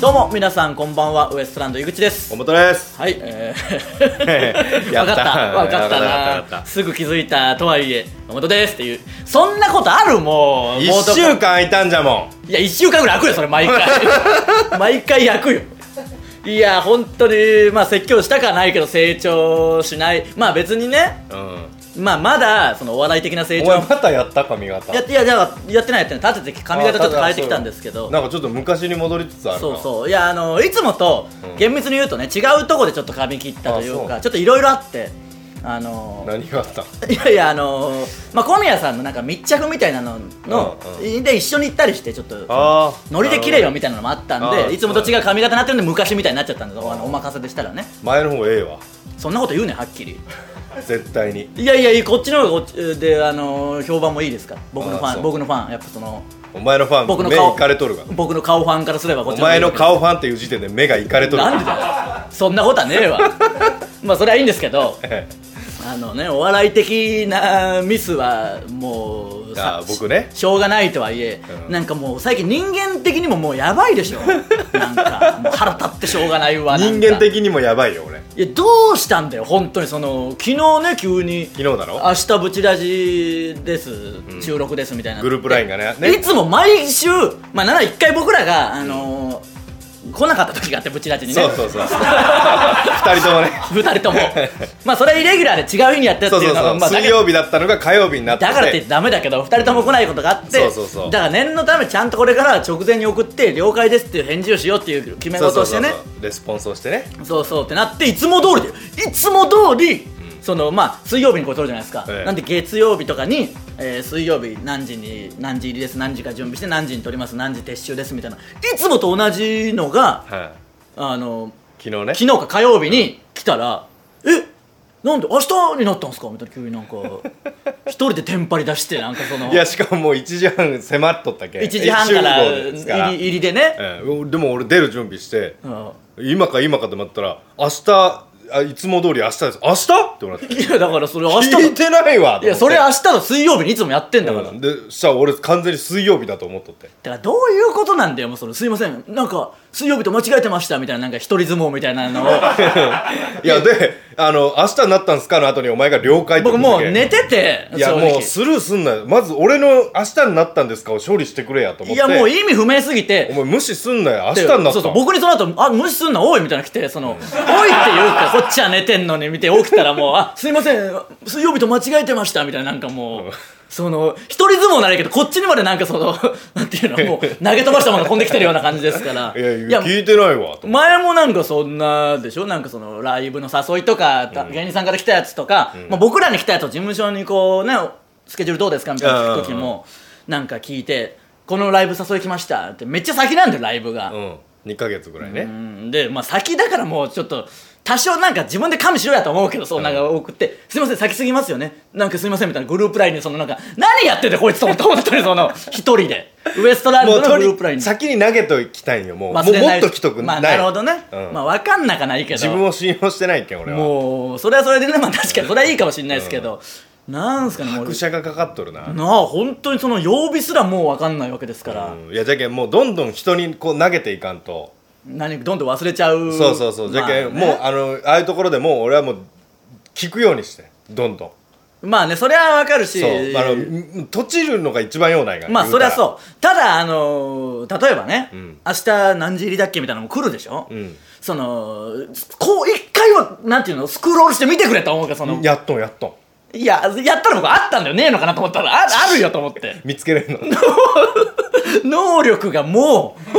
どうも皆さんこんばんはウエストランド井口です本ですはい、えー、 や分っかった分かったやなったすぐ気づいたとはいえ「本当です」っていうそんなことあるもう一もうと週間空いたんじゃもんいや1週間ぐらい開くよそれ毎 回毎回開くよいや本当にまあ説教したかないけど成長しないまあ別にねうんまあまだそのお笑い的な成お長前またやった髪型やいやいややってないやってない立てて髪型ちょっと変えてきたんですけどなんかちょっと昔に戻りつつあるなそうそういやあのいつもとうん厳密に言うとね違うとこでちょっと髪切ったというあそかうちょっといろいろあってあの何があったいやいやあのまあ小宮さんのなんか密着みたいなののうんで一緒に行ったりしてちょっとああノリで切れよみたいなのもあったなるんほでどいつもと違う髪型になってるんで昔みたいになっちゃったんだあのお任せでしたらね前の方ええわそんなこと言うねはっきり絶対にいやいやいやこっちの方がこっちであの評判もいいですから僕のフあァそンう僕のファンやっぱそのお前のファン僕の目顔いかれとるが僕の顔ファンからすればこっおち方がい前いわのけです顔ファンっていう時点で目がいかれとるなんでだよそんなことはね えわまあそれはいいんですけどであのねお笑い的なミスはもうあ僕ねししょうがないとはいえ、うんなんかもう最近人間的にももうやばいで しょなんかもう腹立ってしょうがないわなん人か間的にもやばいよ俺いやどうしたんだよ本当にその昨日ね急に昨日だろ明日ブチラジです、収録ですみたいなグループラインがねいねつも毎週まあなら一回僕らがあのー来なかった時があってブチラジにねそうそうそう二人ともね二人 ともまあそれイレギュラーで違う日にやったってそういそううのそがうまあだ水けど曜日だったのが火曜日になってだからってダメだけど二人とも来ないことがあってそうそうそうだから念のためちゃんとこれからは直前に送って了解ですっていう返事をしようっていう決めそう事そをうしそてうねそうレスポンスをしてねそうそうってなっていつも通りでいつも通り、そのまあ水曜日にこう撮るじゃないですか、ええなんで月曜日とかに、えー水曜日何時に何時入りです何時から準備して何時に撮ります何時撤収ですみたいないつもと同じのがはいあの昨日昨ね日か火曜日に来たら「えなんで明日になったんすか?」みたいな急になん か一人でテンパり出してなんかそのいやしかももう1時半迫っとったけ1時半から集合入でりすから入りでね、ええでも俺出る準備してうん今か今かと思ったら明日あいつも通り明日です明日ってなっていやだからそれ明日の聞いてないわと思っいてやそれ明日の水曜日にいつもやってんだから、うんでそしたら俺完全に水曜日だと思っとってだからどういうことなんだよもうそのすいませんなんか水曜日と間違えてましたみたいななんか一人相撲みたいなのをいやであの明日になったんすかの後にお前が了解って僕言もてうきて寝てていや正直もうスルーすんなよまず俺の明日になったんですかを処理してくれやと思っいてやもうい意味不明すぎてお前無視すんなよ明日になったんそうそう僕にその後あ無視すんなおい」みたいなの来て「そのおい」って言うからこっちは寝てんのに見て起きたらもう「あすいません水曜日と間違えてました」みたいななんかもう。その一人相撲ならいいけどこっちにまでなんかその なんていうのもう投げ飛ばしたものが飛んできてるような感じですからいやいや聞いてないわと前もなんかそんなでしょなんかそのライブの誘いとか、た芸人さんから来たやつとか、まあ、僕らに来たやつを事務所にこうねスケジュールどうですかみたいな聞く時もなんか聞いて「このライブ誘い来ました」ってめっちゃ先なんだよライブが、うん2ヶ月ぐらいうねんで、まあ、先だからもうちょっと多少なんか自分で加味しろやと思うけどそうなんか送って、すいません先すぎますよねなんかすいませんみたいなグループラインにそのなんか何やっててこいつと思って本当にその一人でウエストランもドうのとグループラインりに先に投げときたいんよもうもう忘れなもいっときとくまなあないるほどね、うんまあ分かんなかないけど自分を信用してないけん俺はもうそれはそれでねまあ確かにそれはいいかもしれないですけど、なんすかねもう拍車がかかっとるななあ本当にその曜日すらもう分かんないわけですから、うんいやじゃけんもうどんどん人にこう投げていかんと何どんどん忘れちゃうそうそうそうじゃけんまあねもうあのああいうところでもう俺はもう聞くようにしてどんどんまあねそれは分かるしそうあのうん閉じるのが一番用ないからまあそりゃうそうただあのー例えばね、ん明日何時入りだっけみたいなのも来るでしょ、んそのこう一回はなんていうのスクロールして見てくれと思うからその言うたらやっとんやっとんいややったら僕あったんだよねえのかなと思ったらああるよと思って見つけれ るの能力がもう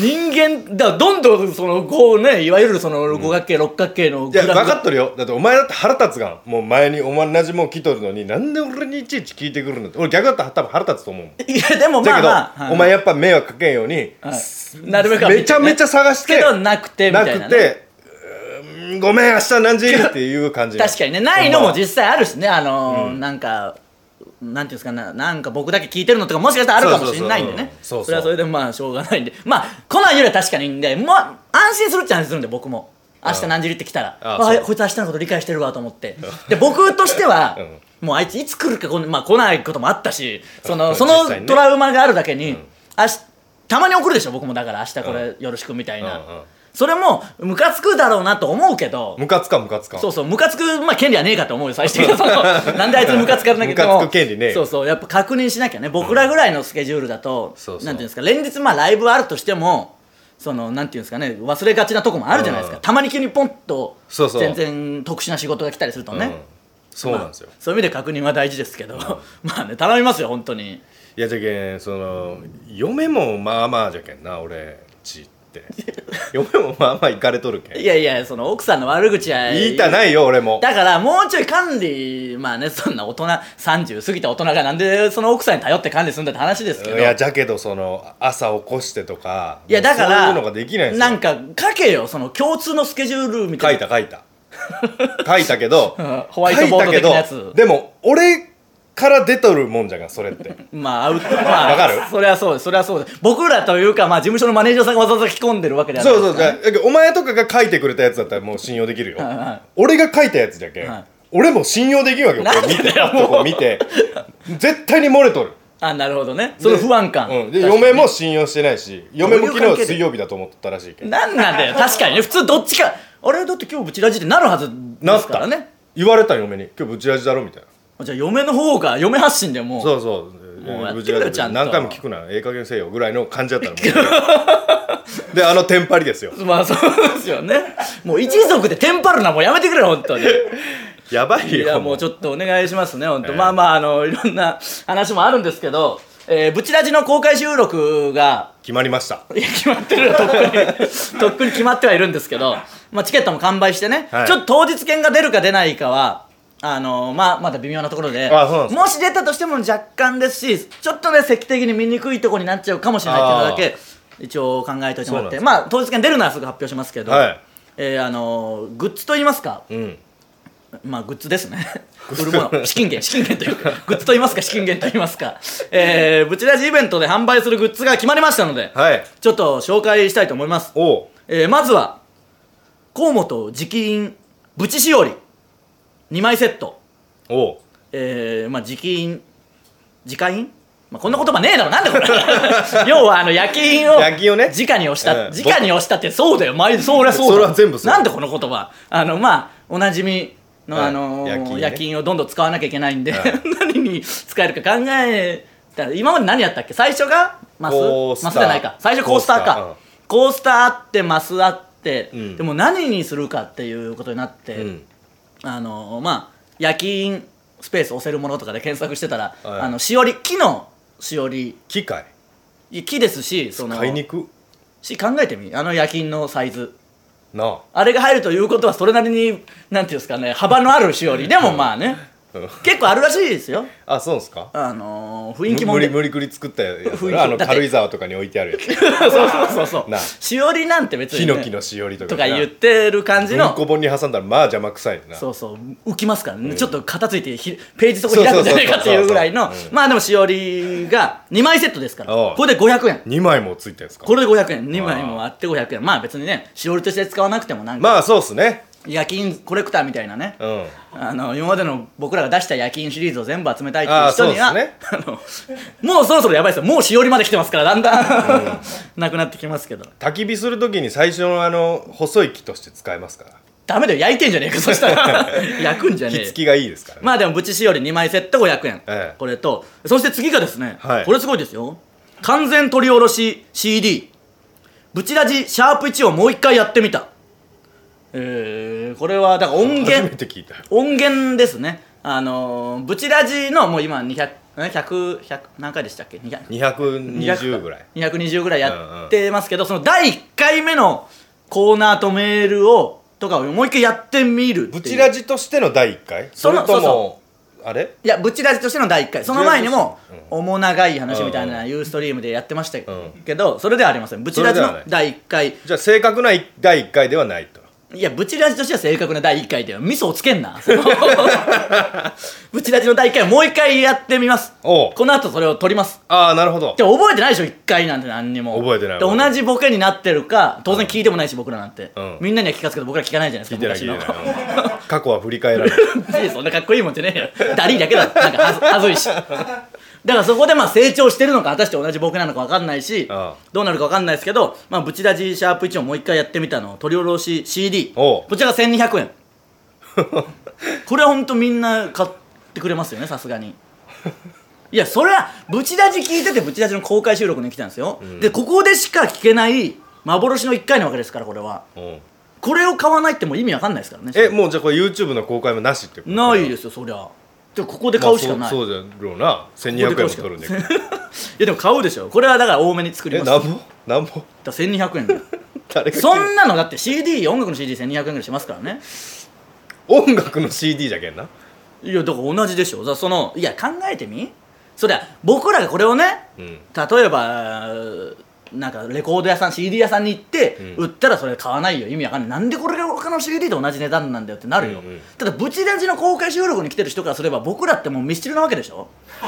人間だからどんどんそのこうねいわゆるその五角形六角形のいや分がかっとるよだってお前だって腹立つがんもう前にお前同じもん来とるのになんで俺にいちいち聞いてくるのって俺逆だったら多分腹立つと思うもんいやでもまだあけまあ、どお前やっぱ迷惑かけんようにはいなるべくは見てねめちゃめちゃ探してけどなくてみたないなねくてうーんごめん明日何時っていう感じ確かにねないのも実実際あるしねあのーなんかなんていうんですかななんか僕だけ聞いてるのとかもしかしたらあるかもしれないんでねそうそうそううんそうそうれはそれでまあしょうがないんでまあ来ないよりは確かにいいんでもう安心するっちゃ安心するんで僕も明日何時入りって来たらああそうこいつ明日のこと理解してるわと思ってで僕として は、もうあいついつ来るか来,、まあ、来ないこともあったしそのうんそ実の際にねトラウマがあるだけに、明日たまに送るでしょ僕もだから明日これよろしくみたいな、うんうんそれもムカつくだろうなと思うけどムカつかムカつかそうそうムカつく、まあ、権利はねえかと思うよ最終的にそのなんであいつにムカつかなきゃいけないムカつく権利ねえよそうそうやっぱ確認しなきゃね僕らぐらいのスケジュールだと、そうそうなんていうんですか連日まあライブあるとしてもそのなんていうんですかね忘れがちなとこもあるじゃないですか、うんたまに急にポンとそうそう全然特殊な仕事が来たりするとうんね、そうなんですよ、まあそういう意味で確認は大事ですけど、 まあね頼みますよ本当にいやじゃけんその嫁もまあまあじゃけんな俺ちって 嫁もまあまあいかれとるけんいやいやその奥さんの悪口は言いたないよ俺もだからもうちょい管理まあねそんな大人30過ぎた大人がなんでその奥さんに頼って管理するんだって話ですけどいやじゃけどその朝起こしてとかいやだかそうらいうのができないんですよなんか書けよその共通のスケジュールみた書いいなた書いた書いたけ どうんホワイトボード的なやつ書いたけどでも俺から出とるもんじゃがそ れってまあアウトまあ わかるそれはそうですそれはそうです僕らというかまあ事務所のマネージャーさんがわざわざ着込んでるわけではないそうですそかうじゃあだけどお前とかが書いてくれたやつだったらもう信用できるよはいはい俺が書いたやつじゃけん、はい俺も信用できるわけよこなんれで見てだよもうとこ見て絶対に漏れとるあなるほどねその不安感、うん、で確かに嫁も信用してないし嫁もどういう関昨係日で水曜日だと思っとったらしいけどなんなんだよ確かにね普通どっちかあれだって今日ブチラジってなるはずでなっすかたらね言われた嫁に「今日ブチラジだろ」みたいなじゃあ嫁の方が嫁発信でもうそうそうもうやって無くれ事よだけちゃんどと何回も聞くなええ加減せよぐらいの感じだったのであのテンパりですよ まあそうですよねもう一族でテンパるなもうやめてくれよ本当にやばいいよやもうちょっとお願いしますね本当、まあまああのいろんな話もあるんですけど、えー、ブチラジの公開収録が決まりましたいや決まってるよとっく にとっくに決まってはいるんですけど、まあ、チケットも完売してね、はいちょっと当日券が出るか出ないかはあのまあ、まだ微妙なところであそうなんですかもし出たとしても若干ですしちょっとね席的に見にくいとこになっちゃうかもしれないっていうのだけ一応考えておいてもらって、そうまあ、当日券出るならすぐ発表しますけど、はいえーあのグッズといいますか、うんまあグッズですね 売るもの資金源資金源というかグッズと言いますか資金源と言いますかえー、ブチラジイベントで販売するグッズが決まりましたので、はいちょっと紹介したいと思います、おうえー、まずは河本直印ブチしおり2枚セットおうえー、まあ直印直印まあ、こんな言葉ねえだろなんでこれ 要はあの焼き印を焼き印をね直に押した、うん直に押したってそうだよ毎そりゃそうだそれは全部そうなんでこの言葉あのまあおなじみの、はいあのー焼き印ね焼き印をどんどん使わなきゃいけないんで、はい 何に使えるか考えたら今まで何やったっけ最初がマスコースターマスじゃないか最初コースターかコースターあってマスあって、うんでも何にするかっていうことになって、うんあのまあ夜勤スペース押せるものとかで検索してたら、はいあのしおり木のしおり機械木ですしその買いに行くし考えてみあの夜勤のサイズなああれが入るということはそれなりになんていうんですかね幅のあるしおりでもまあねうん結構あるらしいですよあそうですかあの雰囲気も無ん理で無理くり作ったや雰囲つ気あのだって軽井沢とかに置いてあるやつそうそうそうそうなあしおりなんて別に、ヒね、ノキのしおりとかとか言ってる感じ文の庫本に挟んだらまあ邪魔くさいなそうそう浮きますからね、ちょっと片付いてひページそこ開くんじゃないかっていうぐらいのそうそうそうそうまあでもしおりが2枚セットですからおうこれで500円2枚もついたやつかこれで500円2枚もあって500円まあ別にねしおりとして使わなくてもなんかまあそうっすね夜勤コレクターみたいなねうんあの今までの僕らが出した夜勤シリーズを全部集めたいっていう人にはあーそうであのもうそろそろやばいですよもうしおりまで来てますからだんだん なくなってきますけど焚き火するときに最初のあの細い木として使えますからダメだよ焼いてんじゃねえかそした ら焼くんじゃねえ火よ付きがいいですからねまあでもブチしおり2枚セット500円、ええこれとそして次がですね、はいこれすごいですよ完全取り下ろし CD ブチラジシャープ1をもう一回やってみたえー、これはだから音初め源て聞いた音源ですねあのー、ブチラジのもう今200え100 100何回でしたっけ200 220ぐらい220ぐらいやってますけど、その第1回目のコーナーとメールをとかをもう一回やってみるっていブうチラジとしての第一回そそのれとそうそもあれいやブチラジとしての第1回その前にもブチラジ「おも長い話」みたいうんなユーストリームでやってましたんけどそれではありませんブチラジそのれで第1回じゃあ正確な第一回ではないといやブチラジとしては正確な第1回ではミスをつけん なそのブチラジの第1回をもう1回やってみますおうこの後それを撮りますああなるほどで覚えてないでしょ1回なんて何にも覚えてないで同じボケになってるか当然聞いてもないし僕らなんて、うんみんなには聞かすけど僕ら聞かないじゃないで聞いすてかない聞いて昔のないうん 過去は振り返らないいやそんなかっこいいもんじゃねえよダリーだけだなんかはずはずいしだからそこでまあ成長してるのか果たして同じ僕なのか分かんないしああどうなるか分かんないですけど、まあ、ブチダジシャープ1をもう一回やってみたのを取り下ろし CD おうこちらが1200円 これはほんとみんな買ってくれますよねさすがにいやそれはブチダジ聞いててブチダジの公開収録に来たんですよ、んでここでしか聞けない幻の1回なわけですからこれはうんこれを買わないってもう意味わかんないですからねえもうじゃあこれ YouTube の公開もなしってことないですすよそりゃでここで買うしかない、そうそうじゃろうな1200円も取るん だけどいやでも買うでしょこれはだから多めに作りえますなんぼなんだぼから1200円ぐらい 誰が聞いてそんなのだって CD 音楽の CD1200 円ぐらいしますからね音楽の CD じゃけんないやだから同じでしょだからそのいや考えてみそりゃ僕らがこれをねうん例えばなんかレコード屋さん CD 屋さんに行って、うん売ったらそれ買わないよ意味わかんないなんでこれが他の CD と同じ値段なんだよってなるよ、うんうんただブチラジの公開収録に来てる人からすれば僕らってもうミスチルなわけでしょ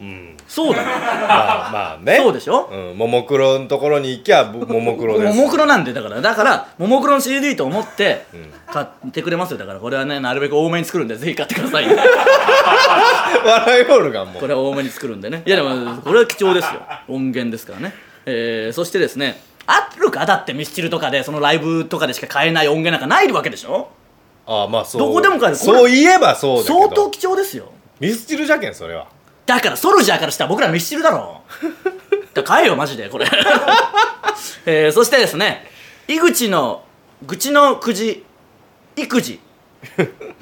うんそうだよまあまあねそうでしょうんももクロのところに行きゃぼももクロですももクロなんでだからだからももクロの CD と思ってん買ってくれますよだからこれはねなるべく多めに作るんでぜひ買ってください笑いおるがもこうれは多めに作るんでねいやでもこれは貴重ですよ音源ですからねえー、そしてですねあるかだってミスチルとかでそのライブとかでしか買えない音源なんかないわけでしょああまあそうどこでも買えるこれそういえばそうだけど相当貴重ですよミスチルじゃけんそれはだからソルジャーからしたら僕らミスチルだろだから買えよマジでこれ、 えー、そしてですね井口の愚痴のくじ育児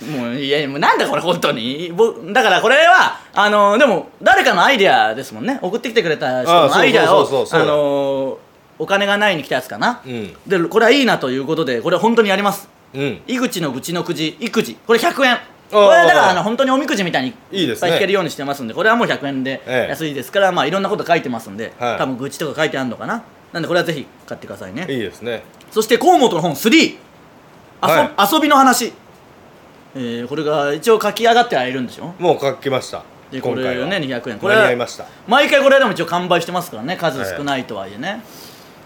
もういやもうなんだこれ本当にぼだからこれはあのでも誰かのアイデアですもんね送ってきてくれた人ああのそうアイデアをそうそうそうそうあのお金がないに来たやつかな、うんでこれはいいなということでこれ本当にやりますうん井口の愚痴のくじ育児これ100円これはああだからあの本当におみくじみたいにいいいでっすぱねい引けるようにしてますんでこれはもう100円でええ安いですから、まあいろんなこと書いてますんで、はい多分愚痴とか書いてあるのかななんでこれはぜひ買ってくださいねいいですねそして河本の本3あそ、は遊びの話、えーこれが一応書き上がってはいるんでしょもう書きましたで今こ回れはね200円これ間に合いました毎回これでも一応完売してますからね数少ないとはいえね、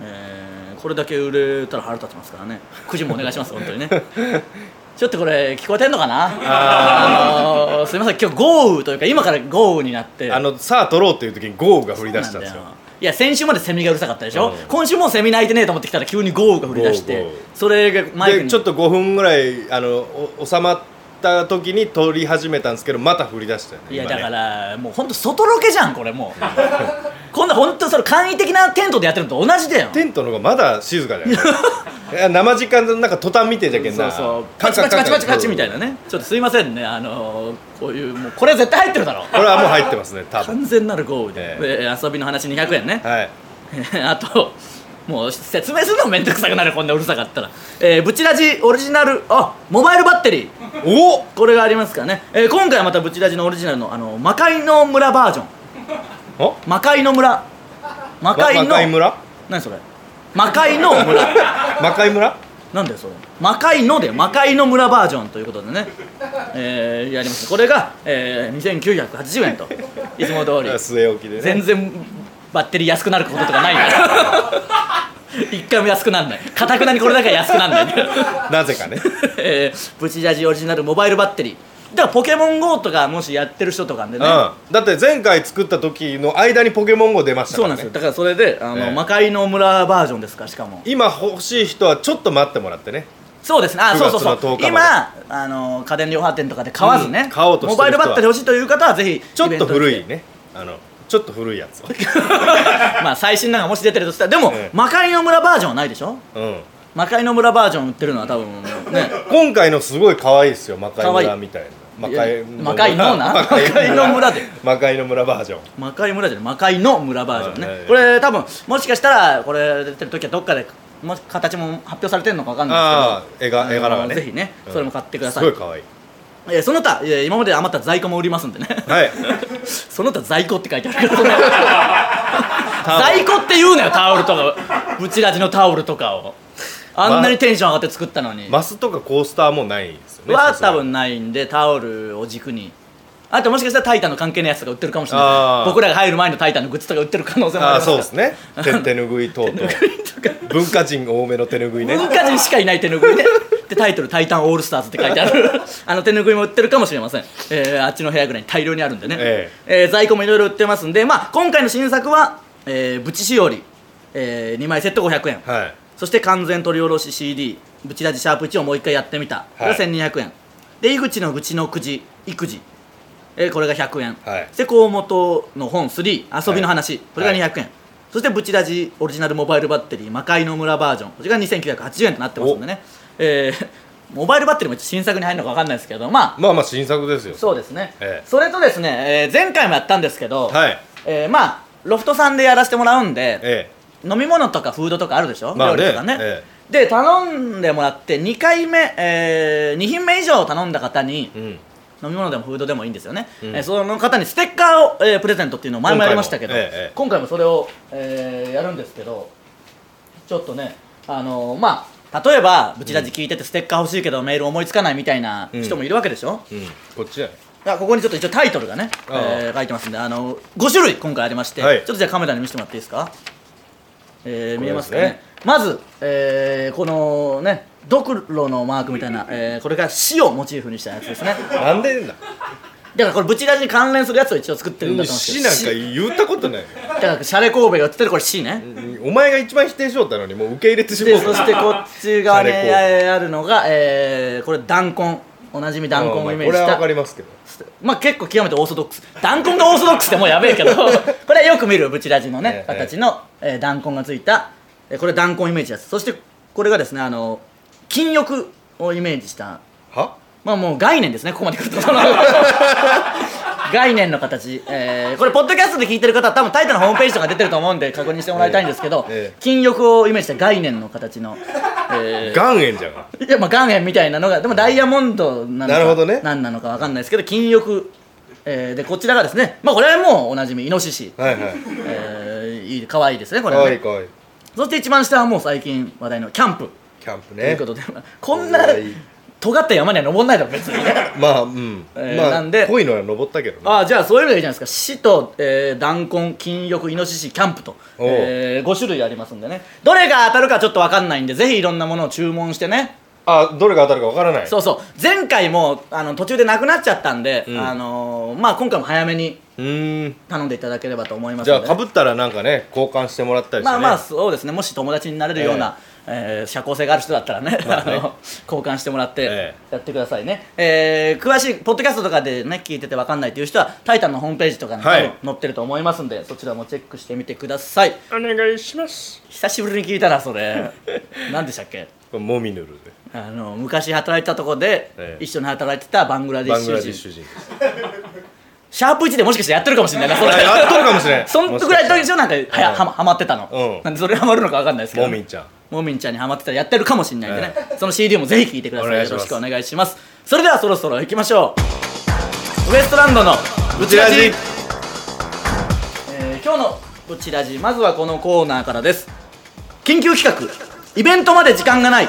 えーこれだけ売れたら腹立ちますから ねくじもお願いします本当にねちょっとこれ聞こえてんのかなあのーすいません今日豪雨というか今から豪雨になってあのさあ撮ろうっていう時に豪雨が降り出したんですよそうなんだよいや先週までセミがうるさかったでしょ、うん今週もうセミ鳴いてねえと思ってきたら急に豪雨が降り出し豪て雨それがマイクでにちょっと5分ぐらいあのお収まった時に撮り始めたんですけどまた降り出したよねいや今ねだからもうほんと外ロケじゃんこれも うこんなほんとその簡易的なテントでやってるのと同じだよテントの方がまだ静 かじゃないいや生時間のなんか途端見てんじゃけんそなうそうパチパチパチパチパチみたいなねちょっとすいませんねあのーこういうもうこれ絶対入ってるだろこれはもう入ってますね多分完全なる豪雨でえ、えー遊びの話200円ね、はい あともう説明するのもめんどくさくなるこんなうるさかったら、えー、ブチラジオリジナルあモバイルバッテリーおこれがありますからね、えー今回はまたブチラジのオリジナルのあの魔界の村バージョンお魔界の村魔魔界の界村何それ魔界の村魔界村なんだよそれ魔界ので魔界の村バージョンということでね、えーやりますこれが、えー2980円といつも通り据え置きでね全然バッテリー安くなることとかないんだよ 一回も安くなんないかたくなにこれだけは安くなんないん だよな ぜかねえーブチジャジオリジナルモバイルバッテリーだからポケモン GO とかもしやってる人とかでうね、んだって前回作った時の間にポケモン GO 出ましたかそうらなんねですよだからそれであの、ええ魔界の村バージョンですからしかも今欲しい人はちょっと待ってもらってねそうですねあ9そうそうそう月の10日まで今あの家電量販店とかで買わずね、うん買おうとしてるモ人はバイルバッテリー欲しいという方はぜひちょっと古イベントに来いねあのちょっと古いやつをて まあ最新なんかもし出てるとしたらでも、ええ魔界の村バージョンはないでしょうん魔界の村バージョン売ってるのは多分ね 今回のすごい可愛いですよ魔界可愛村いみたいな魔いや界魔界のな 魔界魔界の村で魔界の村バージョン魔界村じゃない魔界の村バージョンね、はいはいこれ多分もしかしたらこれ出てる時はどっかでもし形も発表されてるのかわかんないあですけどあ絵が絵柄があのねぜひねそれも買ってくださいうんすごい可愛いえーその他、えー今まで余った在庫も売りますんでねはいその他在庫って書いてあるから在庫って言うなよタオルとかブチラジのタオルとかをあんなにテンション上がって作ったのに、マスとかコースターもないんですよねはさすが多に分ないんでタオルを軸にあともしかしたらタイタンの関係ないやつとか売ってるかもしれないあー僕らが入る前のタイタンのグッズとか売ってる可能性もあありあますかそうらですね手手ぬぐい等々文化人多めの手ぬぐいね文化人しかいない手ぬぐいねでタイトル「タイタンオールスターズ」って書いてあ るあの手ぬぐいも売ってるかもしれません、えーあっちの部屋ぐらいに大量にあるんでね、ええー在庫もいろいろ売ってますんで、まあ、今回の新作は「えー、ブチしおり」え2枚セット500円、はいそして完全取り下ろし CD「ブチラジシャープ1」をもう一回やってみた、これはいが1200円で井口の愚痴のくじ育児、えーこれが100円、はいそして河本の本3遊びの話、はいこれが200円、そしてブチラジオリジナルモバイルバッテリー魔界の村バージョンこれが2980円となってますんでねえーモバイルバッテリーも一応新作に入るのか分かんないですけどまあまあまあ新作ですよそうですね、ええそれとですね、えー前回もやったんですけど、はいえーまあロフトさんでやらせてもらうんで、え飲み物とかフードとかあるでしょ、まあね料理とかね、えで頼んでもらって2回目、え2品目以上頼んだ方にえうん飲み物でもフードでもいいんですよね、うんえーその方にステッカーを、えープレゼントっていうのを前もやりましたけど今今回回,、もええええもそれを、えーやるんですけどちょっとねあのーまあ例えばブチラジ聞いててステッカー欲しいけどメール思いつかないみたいな人もいるわけでしょ、うんこっちやねだからここにちょっと一応タイトルがね、えああー書いてますんであの5種類今回ありまして、はいちょっとじゃあカメラに見せてもらっていいですか、えーこ見れえでますすかねねまず、えーこのねドクロのマークみたいな、えーこれが死をモチーフにしたやつですねなんでんだだからこれブチラジに関連するやつを一応作ってるんだと思うんです死けなどんか言ったことないよだからシャレ神戸が言ってるこれ死ね、お前が一番否定しようったのにもう受け入れてしまでうそしてこっち側にシャレ神あるのが、えーこれ弾痕おなじみ弾痕をイメージこれしはたわかりますけどまあ結構極めてオーソドックス弾痕がオーソドックスってもうやべえけど これはよく見るブチラジのねええ形の、えー弾痕がついた、えーこれ弾痕イメージですそしてこれがですねあの禁欲をイメージしたはまあもう概念ですねここまで来ると その概念の形、えーこれポッドキャストで聞いてる方は多分タイトルのホームページとか出てると思うんで確認してもらいたいんですけど、ええ禁欲をイメージした概念の形の、えー岩塩じゃん いやまあ岩塩みたいなのがでもダイヤモンドなのなるほどか、ね何なのかわかんないですけど禁欲、えーでこちらがですねまあこれはもうおなじみイノシシ、はいはいえーいい可愛いですねこれかはわいいねかわいいそして一番下はもう最近話題のキャンプキャンプといねうことで、こんな可愛い尖った山には登んないだろ別にねまあうんえーまあなんで遠いのは登ったけどねああじゃあそういう意味ではいいじゃないですか死と、えー、弾痕禁欲イノシシキャンプと、おうえ5種類ありますんでねどれが当たるかちょっとわかんないんでぜひいろんなものを注文してねあどれが当たるかわからないそうそう前回もあの途中でなくなっちゃったんで、うんあのーまあ今回も早めにうーん頼んでいただければと思いますじゃのあでかぶったらなんかね交換してもらったりして、まね、あまあそうですねもし友達になれるような、えー社交性がある人だったらね,、ま ああねの交換してもらっえてやってくださいね、えー詳しいポッドキャストとかでね聞いてて分かんないという人は「タイタン」のホームページとかに多はい分載ってると思いますんで、そちらもチェックしてみてくださいお願いします久しぶりに聞いたなそ れ何でしたっけモミヌルであの昔働いたとこで、ええ一緒に働いてたバングラデバングシュラディッ人シュ人ですシャープ1でもしかしてやってるかもしれないな、それ。あやっとるかもしれんそんぐらいの印象なんかはやうんはまはまってたの、うんなんでそれハマるのかわかんないですけどモミンちゃんモミンちゃんにハマってたらやってるかもしれないんでね、その CD もぜひ聴いてくださおい願いよしろますしくお願いしますそれではそろそろ行きましょうウエストランドのブチラジブチラジえー今日のブチラジまずはこのコーナーからです緊急企画イベントまで時間がない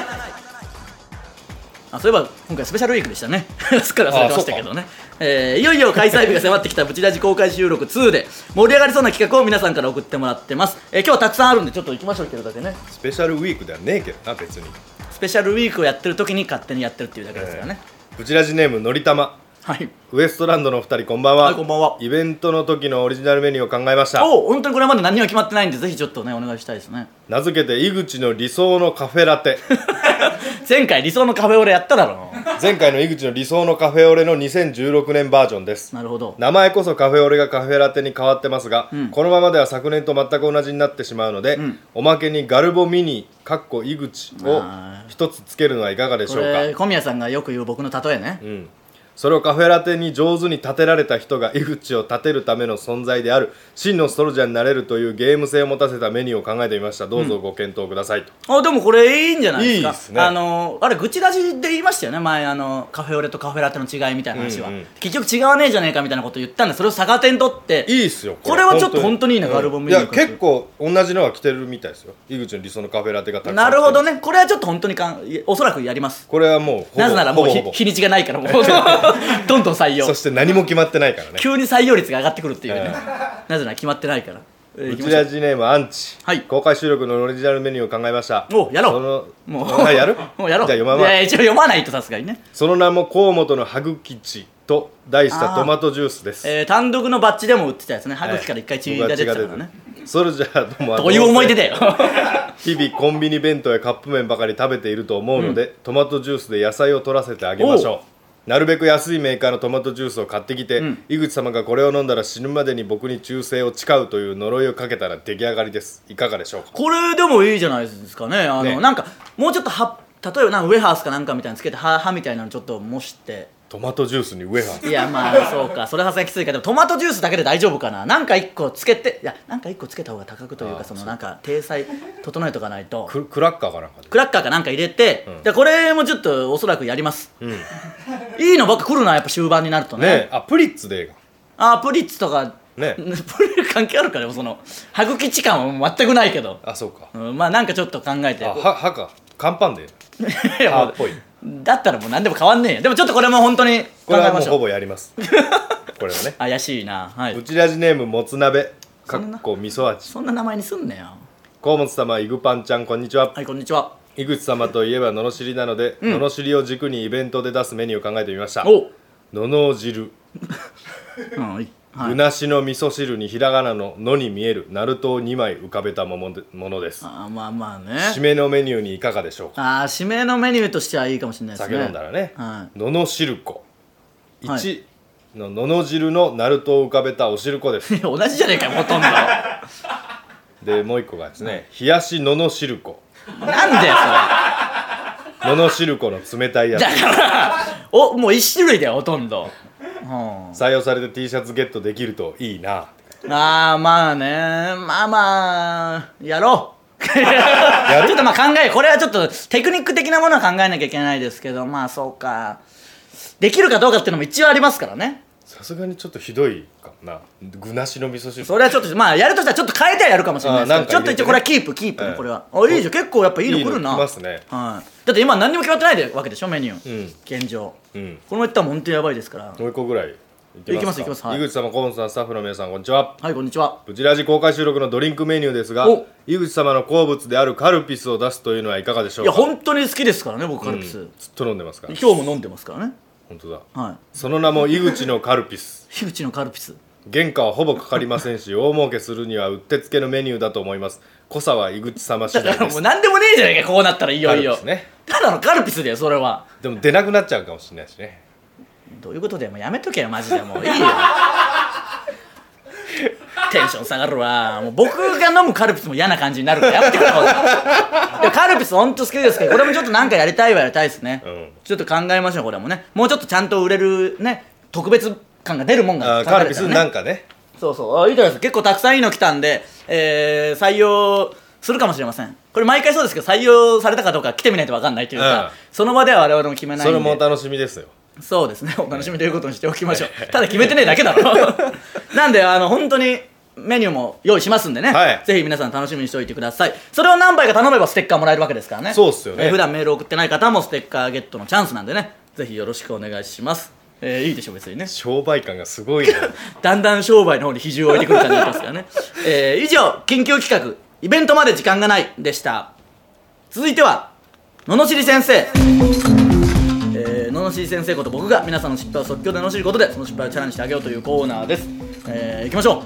あそういえば今回スペシャルウィークでしたね すっかり忘れてましたけどね、えーいよいよ開催日が迫ってきたブチラジ公開収録2で盛り上がりそうな企画を皆さんから送ってもらってます、えー今日はたくさんあるんでちょっと行きましょうけどだけねスペシャルウィークではねえけどな別にスペシャルウィークをやってる時に勝手にやってるっていうだけですからね、ブチラジネームのりたまはいウエストランドのお二人こんばんは、はいこんばんはイベントの時のオリジナルメニューを考えましたおう本当にこれまで何にも決まってないんでぜひちょっとねお願いしたいですね 名付けて井口の理想のカフェラテ前回理想の壁俺やっただろ前回の井口の理想のカフェオレの2016年バージョンですなるほど名前こそカフェオレがカフェラテに変わってますが、うんこのままでは昨年と全く同じになってしまうので、んおまけにガルボミニかっこ井口をあー一つつけるのはいかがでしこょうかれ小宮さんがよく言う僕の例えね、うん、それをカフェラテに上手に立てられた人が井口を立てるための存在である真のストロジャーになれるというゲーム性を持たせたメニューを考えてみましたどうぞご検討くださいと、あでもこれいいんじゃないですかいいっすねあのあれ愚痴ラジで言いましたよね前あのカフェオレとカフェラテの違いみたいな話は、うんうん結局違わねえじゃねえかみたいなこと言ったんでそれを逆手にとっていいっすよこれはちょっと本当にいいなガルボミニいやカフェ結構同じのは来てるみたいですよ井口の理想のカフェラテがたくさんなるほどねねこれはちょっと本当にかんいおそらくやりますこれはもうほぼなぜならもうほひぼほぼ日にちがない からもうどんどん採用そして何も決まってないからね急に採用率が上がってくるっていうね、えなぜなら決まってないからえー行うきちましょラうジネームアンチ、はい公開収録のオリジナルメニューを考えましたおやろうそのも うあやる もうやろうじゃあ読まないや一応読まないとさすがにね、その名も河本のハグ吉と題したトマトジュースですえー、単独のバッジでも売ってたやつね歯茎から一回血が出てたからね、ソルジャーともはどういう思い出だよ 日々コンビニ弁当やカップ麺ばかり食べていると思うので、トマトジュースで野菜を取らせてあげましょうなるべく安いメーカーのトマトジュースを買ってきて、ん井口様がこれを飲んだら死ぬまでに僕に忠誠を誓うという呪いをかけたら出来上がりですいかがでしょうかこれでもいいじゃないですかねあのねなんかもうちょっとは例えばなんかウェハースかなんかみたいにつけて歯歯みたいなのちょっと模してトマトジュースにウエハースいやまあ そうかそれはさすがにきついかでもトマトジュースだけで大丈夫かななんか一個つけていやなんか一個つけた方が高くというあかーそのなんか体裁整えとかないとククラッカーかなんかでクラッカーかなんか入れて、でこれもちょっとおそらくやります、いいのばっか来るなやっぱ終盤になるとねねえあプリッツで映画あープリッツとか ねプリッツ関係あるかでもその歯茎地感は全くないけど、あそうかうんまあなんかちょっと考えてあは歯か乾パンで いやもう歯っぽいだったらもう何でも変わんねえよでもちょっとこれも本当に考これえはもまうしほょうぼやります これはね怪しいなはブいチラジネームもつ鍋そかんなっこ味噌味そんな名前にすんなよ河本様イグパンちゃんこんにちははいこんにちは井口様といえばののしりなので、ののしりを軸にイベントで出すメニューを考えてみましたおのの汁、うんいい、はうい、なしの味噌汁にひらがなの「の」に見えるナルトを2枚浮かべたものでものですあーまあまあね締めのメニューにいかがでしょうかあー指名のメニューとしてはいいかもしれないですね酒飲んだらねは「のの汁粉」1、はいののの汁のナルトを浮かべたお汁粉ですい同じじゃねえかよほとんどでもう1個がですね「冷やしのの汁粉」なんだよのの汁粉の冷たいやつそれだからおもう一種類だよほとんど、うん採用されて T シャツゲットできるといいなああまあねまあまあやろう ちょっとまあ考えこれはちょっとテクニック的なものは考えなきゃいけないですけどまあそうかできるかどうかっていうのも一応ありますからねさすがにちょっとひどいかもな具なしの味噌汁それはちょっとまあやるとしたらちょっと変えてはやるかもしれないですけど、あーちょなっんと一か入れてね応これはキープキープね、ええこれはあいいじゃん結構やっぱいいのいい来のるな来ますねはい、だって今何にも決まってないでわけでしょメニュー、うん現状、うんこのままいったらもう本当にやばいですからもう一個ぐらいいきますいきますかいきますはい井口様、河本さん、スタッフの皆さん、こんにちは。はいこんにちはブチラジ公開収録のドリンクメニューですがお、井口様の好物であるカルピスを出すというのはいかがでしょいうかや本当に好きですからね僕カルピス、うんずっと飲んでますから。今日も飲んでますからね本当だ。はいその名も井口のカルピス。樋口のカルピス原価はほぼかかりませんし、大儲けするにはうってつけのメニューだと思います。濃さは井口様次だ第からでも すう。何でもねえじゃねえかこうなったらいよいカルよピスねただのカルピスだよそれはでも出なくなっちゃうかもしれないしね。どういうことだよもうやめとけよマジ でもういいよテンション下がるわもう僕が飲むカルピスも嫌な感じになるからやめてくれよほんといやカルピスほんと好きですけどこれもちょっとなんかやりたいはやりたいですね、うんちょっと考えましょうこれもねもうちょっとちゃんと売れるね特別感が出るもんが考えれあーたカらルピスなんかね。そうそうあいいじゃないですか結構たくさんいいの来たんで、えー採用するかもしれませんこれ毎回そうですけど採用されたかどうか来てみないと分かんないというか、うんその場では我々も決めないんそでれもお楽しみですよ。そうですねお楽しみということにしておきましょうただ決めてねえだけだ ろなんであの本当にメニューも用意しますんでね、はいぜひ皆さん楽しみにしておいてくださいそれを何杯か頼めばステッカーもらえるわけですからねそうっすよねえー普段メール送ってない方もステッカーゲットのチャンスなんでねぜひよろしくお願いします、えーいいでしょう別にね商売感がすご いね。だんだん商売の方に比重を置いてくる感じになってますからね、えー以上緊急企画イベントまで時間がないでした続いては罵り先生えー、罵り先生こと僕が皆さんの失敗を即興で罵ることでその失敗をチャレンジしてあげようというコーナーですえー、いきましょ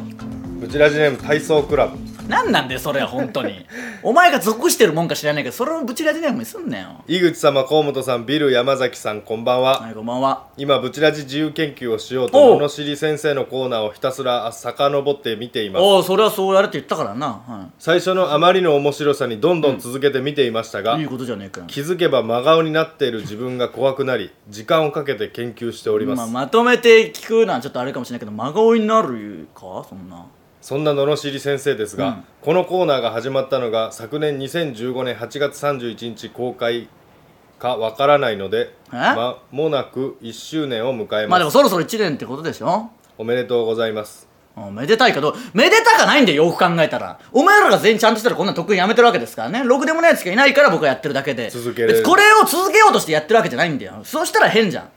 ブチラジネーム体操クラブ。う何なんだよそれは本当にお前が属してるもんか知らないけどそれをぶちラジネームにすんなよ井口様河本さんビル山崎さんこんばんは、はいこんばんは今ブチラジ自由研究をしようおとう罵り先生のコーナーをひたすら遡って見ていますおおそれはそうやれって言ったからな、は最初のあまりの面白さにどんどん続けて見ていましたが、い、いいことじゃねえかよ気づけば真顔になっている自分が怖くなり時間をかけて研究しております、まあ、まとめて聞くのはちょっとあれかもしれないけど真顔になるかそんなそんな罵り先生ですが、うんこのコーナーが始まったのが昨年2015年8月31日公開かわからないのでえ間もなく1周年を迎えままあす、でもそろそろ1年ってことでしょおめでとうございますうんめでたいけどめでたかないんだよよく考えたらお前らが全員ちゃんとしたらこんな得意やめてるわけですからねろくでもないやつがいないから僕はやってるだけで続けれる別にこれを続けようとしてやってるわけじゃないんだよそうしたら変じゃん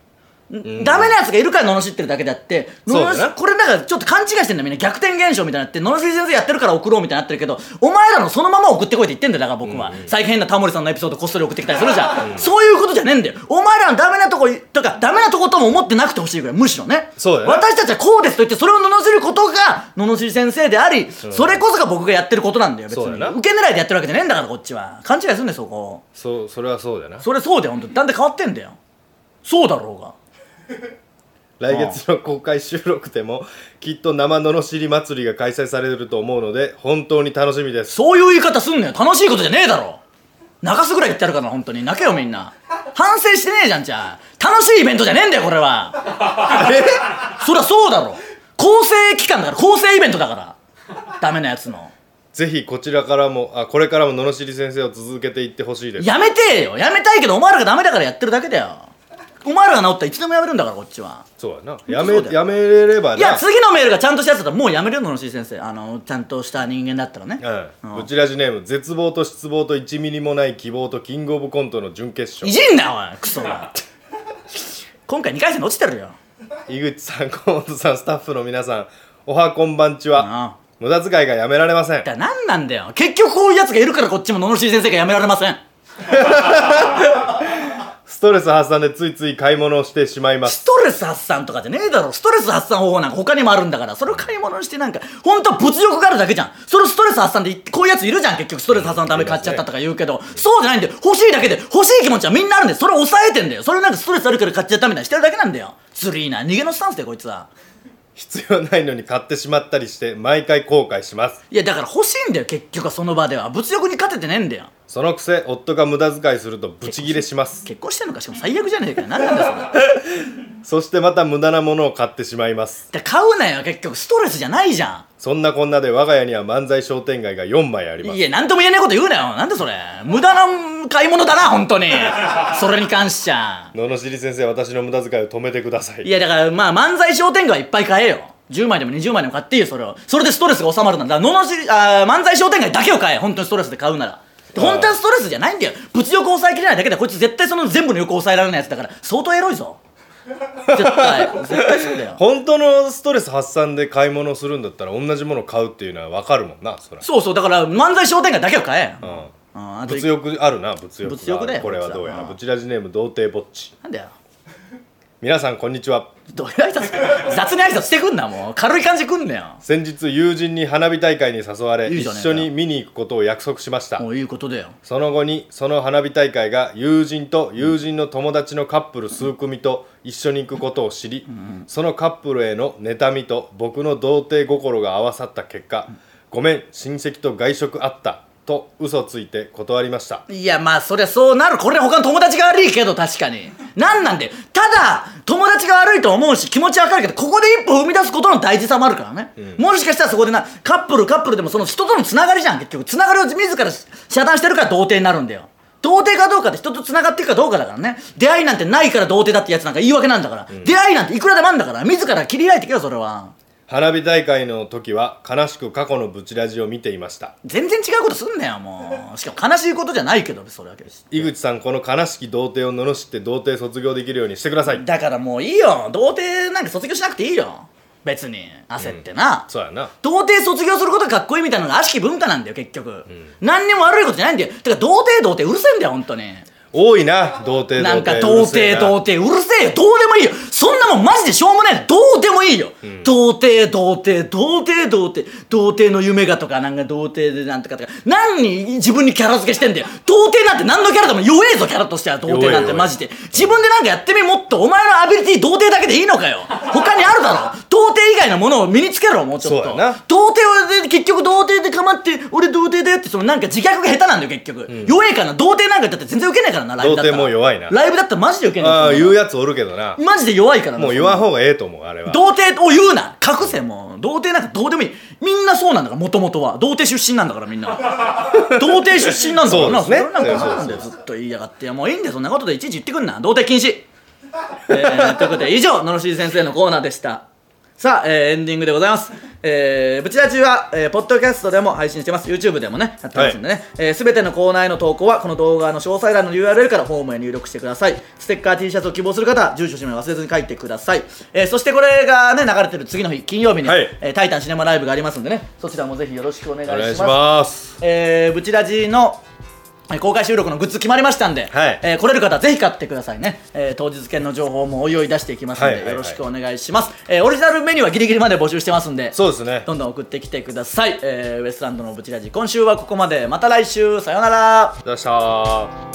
ダメなやつがいるから罵ってるだけであって、そうだ罵なこれだからちょっと勘違いしてんだよみんな逆転現象みたいになって罵り先生やってるから送ろうみたいになってるけどお前らのそのまま送ってこいって言ってんだよだから僕は、最近変なタモリさんのエピソードこっそり送ってきたりするじゃん、そういうことじゃねえんだよお前らのダメなとことかダメなとことも思ってなくてほしいぐらいむしろねそうだよな私たちはこうですと言ってそれを罵ることが罵り先生であり、それこそが僕がやってることなんだよ別にそうだよな受け狙いでやってるわけじゃねえんだからこっちは勘違いするんだよそこそうそれはそうだなそれそうだよ本当だんだん変わってんだよそうだろうが来月の公開収録でもきっと生ののしり祭りが開催されると思うので本当に楽しみですそういう言い方すんのよ楽しいことじゃねえだろ泣かすぐらい言ってやるからな本当に泣けよみんな反省してねえじゃんじゃあ楽しいイベントじゃねえんだよこれはそりゃそうだろ構成期間だから構成イベントだからダメなやつのぜひこちらからもあこれからもののしり先生を続けていってほしいですやめてえよやめたいけどお前らがダメだからやってるだけだよお前らが治ったらいつでもやめるんだからこっちはそうだなやそめうだよやめればないや次のメールがちゃんとしたやつだったらもうやめるよ野々し先生あのちゃんとした人間だったらねうん、ブチラジネーム絶望と失望と1ミリもない希望とキングオブコントの準決い勝じんなおいクソが今回2回戦で落ちてるよ井口さん河本さんスタッフの皆さんおはこんばんちはああ無駄遣いがやめられませんだ何なんだよ結局こういうやつがいるからこっちも罵り先生がやめられませんストレス発散でついつい買い物をしてしまいますストレス発散とかじゃねえだろストレス発散方法なんか他にもあるんだからそれを買い物にしてなんか本当は物欲があるだけじゃんそのストレス発散でこういうやついるじゃん結局ストレス発散のために買っちゃったとか言うけどそうじゃないんだよ欲しいだけで欲しい気持ちはみんなあるんだよそれを抑えてんだよそれをなんかストレスあるから買っちゃったみたいにしてるだけなんだよずるいな逃げのスタンスだよこいつは必要ないのに買ってしまったりして毎回後悔しますいやだから欲しいんだよ結局はその場では物欲に勝ててねえんだよそのくせ夫が無駄遣いするとブチギレします結婚してんのかしかも最悪じゃねえかよ何なんだよそれそしてまた無駄なものを買ってしまいますだから買うなよ結局ストレスじゃないじゃんそんなこんなで我が家には漫才商店街が4枚ありますいや、なんとも言えないこと言うなよ。なんでそれ。無駄な買い物だな、本 当に。それに関しちゃ。罵り先生私の無駄遣いを止めてくださいいや、だから、まあ、漫才商店街はいっぱい買えよ。10枚でも20枚でも買っていいよ、それを。それでストレスが収まるなら、ののしり、あー漫才商店街だけを買え。本当にストレスで買うなら。で本当はストレスじゃないんだよ。物欲を抑えきれないだけで、こいつ絶対その全部の欲を抑えられないやつだから、相当エロいぞ。絶対。絶対そうだよ。本当のストレス発散で買い物するんだったら同じもの買うっていうのは分かるもんなそりゃそうそう、だから、漫才商店街だけを買え。うんうん、あと物欲あるな物欲が物欲だよこれはどうやらうんブチラジネーム童貞ぼっちなんだよ。皆さんこんにちはどういう挨拶か雑に挨拶してくんな、もう。軽い感じくんなよ。先日友人に花火大会に誘われいいじ一ゃねえか緒に見に行くことを約束しましたもういいことだよその後にその花火大会が友人と友人の友達のカップル数組と一緒に行くことを知り、そのカップルへの妬みと僕の童貞心が合わさった結果、ごめん親戚と外食あったと嘘ついて断りましたいやまあそりゃそうなるこれ他の友達が悪いけど確かになんなんでただ友達が悪いと思うし気持ちわかるけどここで一歩踏み出すことの大事さもあるからね、もしかしたらそこでなカップルカップルでもその人とのつながりじゃん結局つながりを自ら遮断してるから童貞になるんだよ童貞かどうかって人とつながっていくかどうかだからね出会いなんてないから童貞だってやつなんか言い訳なんだから、出会いなんていくらでもあんだから自ら切り開いてけよそれは花火大会の時は悲しく過去のブチラジを見ていました全然違うことすんなよもうしかも悲しいことじゃないけどそれだけです井口さんこの悲しき童貞を罵って童貞卒業できるようにしてくださいだからもういいよ童貞なんか卒業しなくていいよ別に焦ってな、そうやな童貞卒業することがかっこいいみたいなのが悪しき文化なんだよ結局、何にも悪いことじゃないんだよてか童貞童貞うるせえんだよ本当に多いな童貞なんかうる童せえな貞童貞うるせえよどうでもいいよそんなもんマジでしょうもないどうでもいいよ、童貞童貞童貞童貞童貞の夢がとかなんか童貞でなんとかとか何に自分にキャラ付けしてんだよ童貞なんて何のキャラでも弱えぞキャラとしては童貞なん弱いて弱いマジで自分でなんかやってみもっとお前のアビリティ童貞だけでいいのかよ他にあるだろ童貞以外のものを身につけろもうちょっとそうやな童貞で結局童貞で構って俺童貞だよってそのなんか自虐が下手なんだよ結局、弱えからな童貞なんかだって全然ウケないからなライブだったら童貞もう弱いなライブだったらマジでウケないああ言うやつおるけどなマジで弱いからなもう言わん方がええと思うあれは童貞を言うな隠せもう童貞なんかどうでもいいみんなそうなんだからもともとは童貞出身なんだからみん な童貞出身なんだからなそうですねれなんかそうなんだよそうずっと言いやがっていやもういいんだよそんなことでいちいち言ってくんな童貞禁止、えー、ということで以上野々しり先生のコーナーでしたさあ、えーエンディングでございます。えー、ブチラジは、えーポッドキャストでも配信してます。YouTube でもね、やってますんでね。えーすべてのコーナーへの投稿は、この動画の詳細欄の URL からホームへ入力してください。ステッカー T シャツを希望する方は、住所、氏名を忘れずに書いてください。えーそしてこれがね、流れてる次の日、金曜日に、はいえータイタンシネマライブがありますんでね、そちらもぜひよろしくお願いしお願いましす。ますえー、ブチラジのえー公開収録のグッズ決まりましたんで、はいえー来れる方はぜひ買ってくださいね、えー当日券の情報もおいおい出していきますので、はいはいはいよろしくお願いします、えーオリジナルメニューはギリギリまで募集してますんでそうですねどんどん送ってきてください、えーウエストランドのブチラジ今週はここまでまた来週さようならどうしたー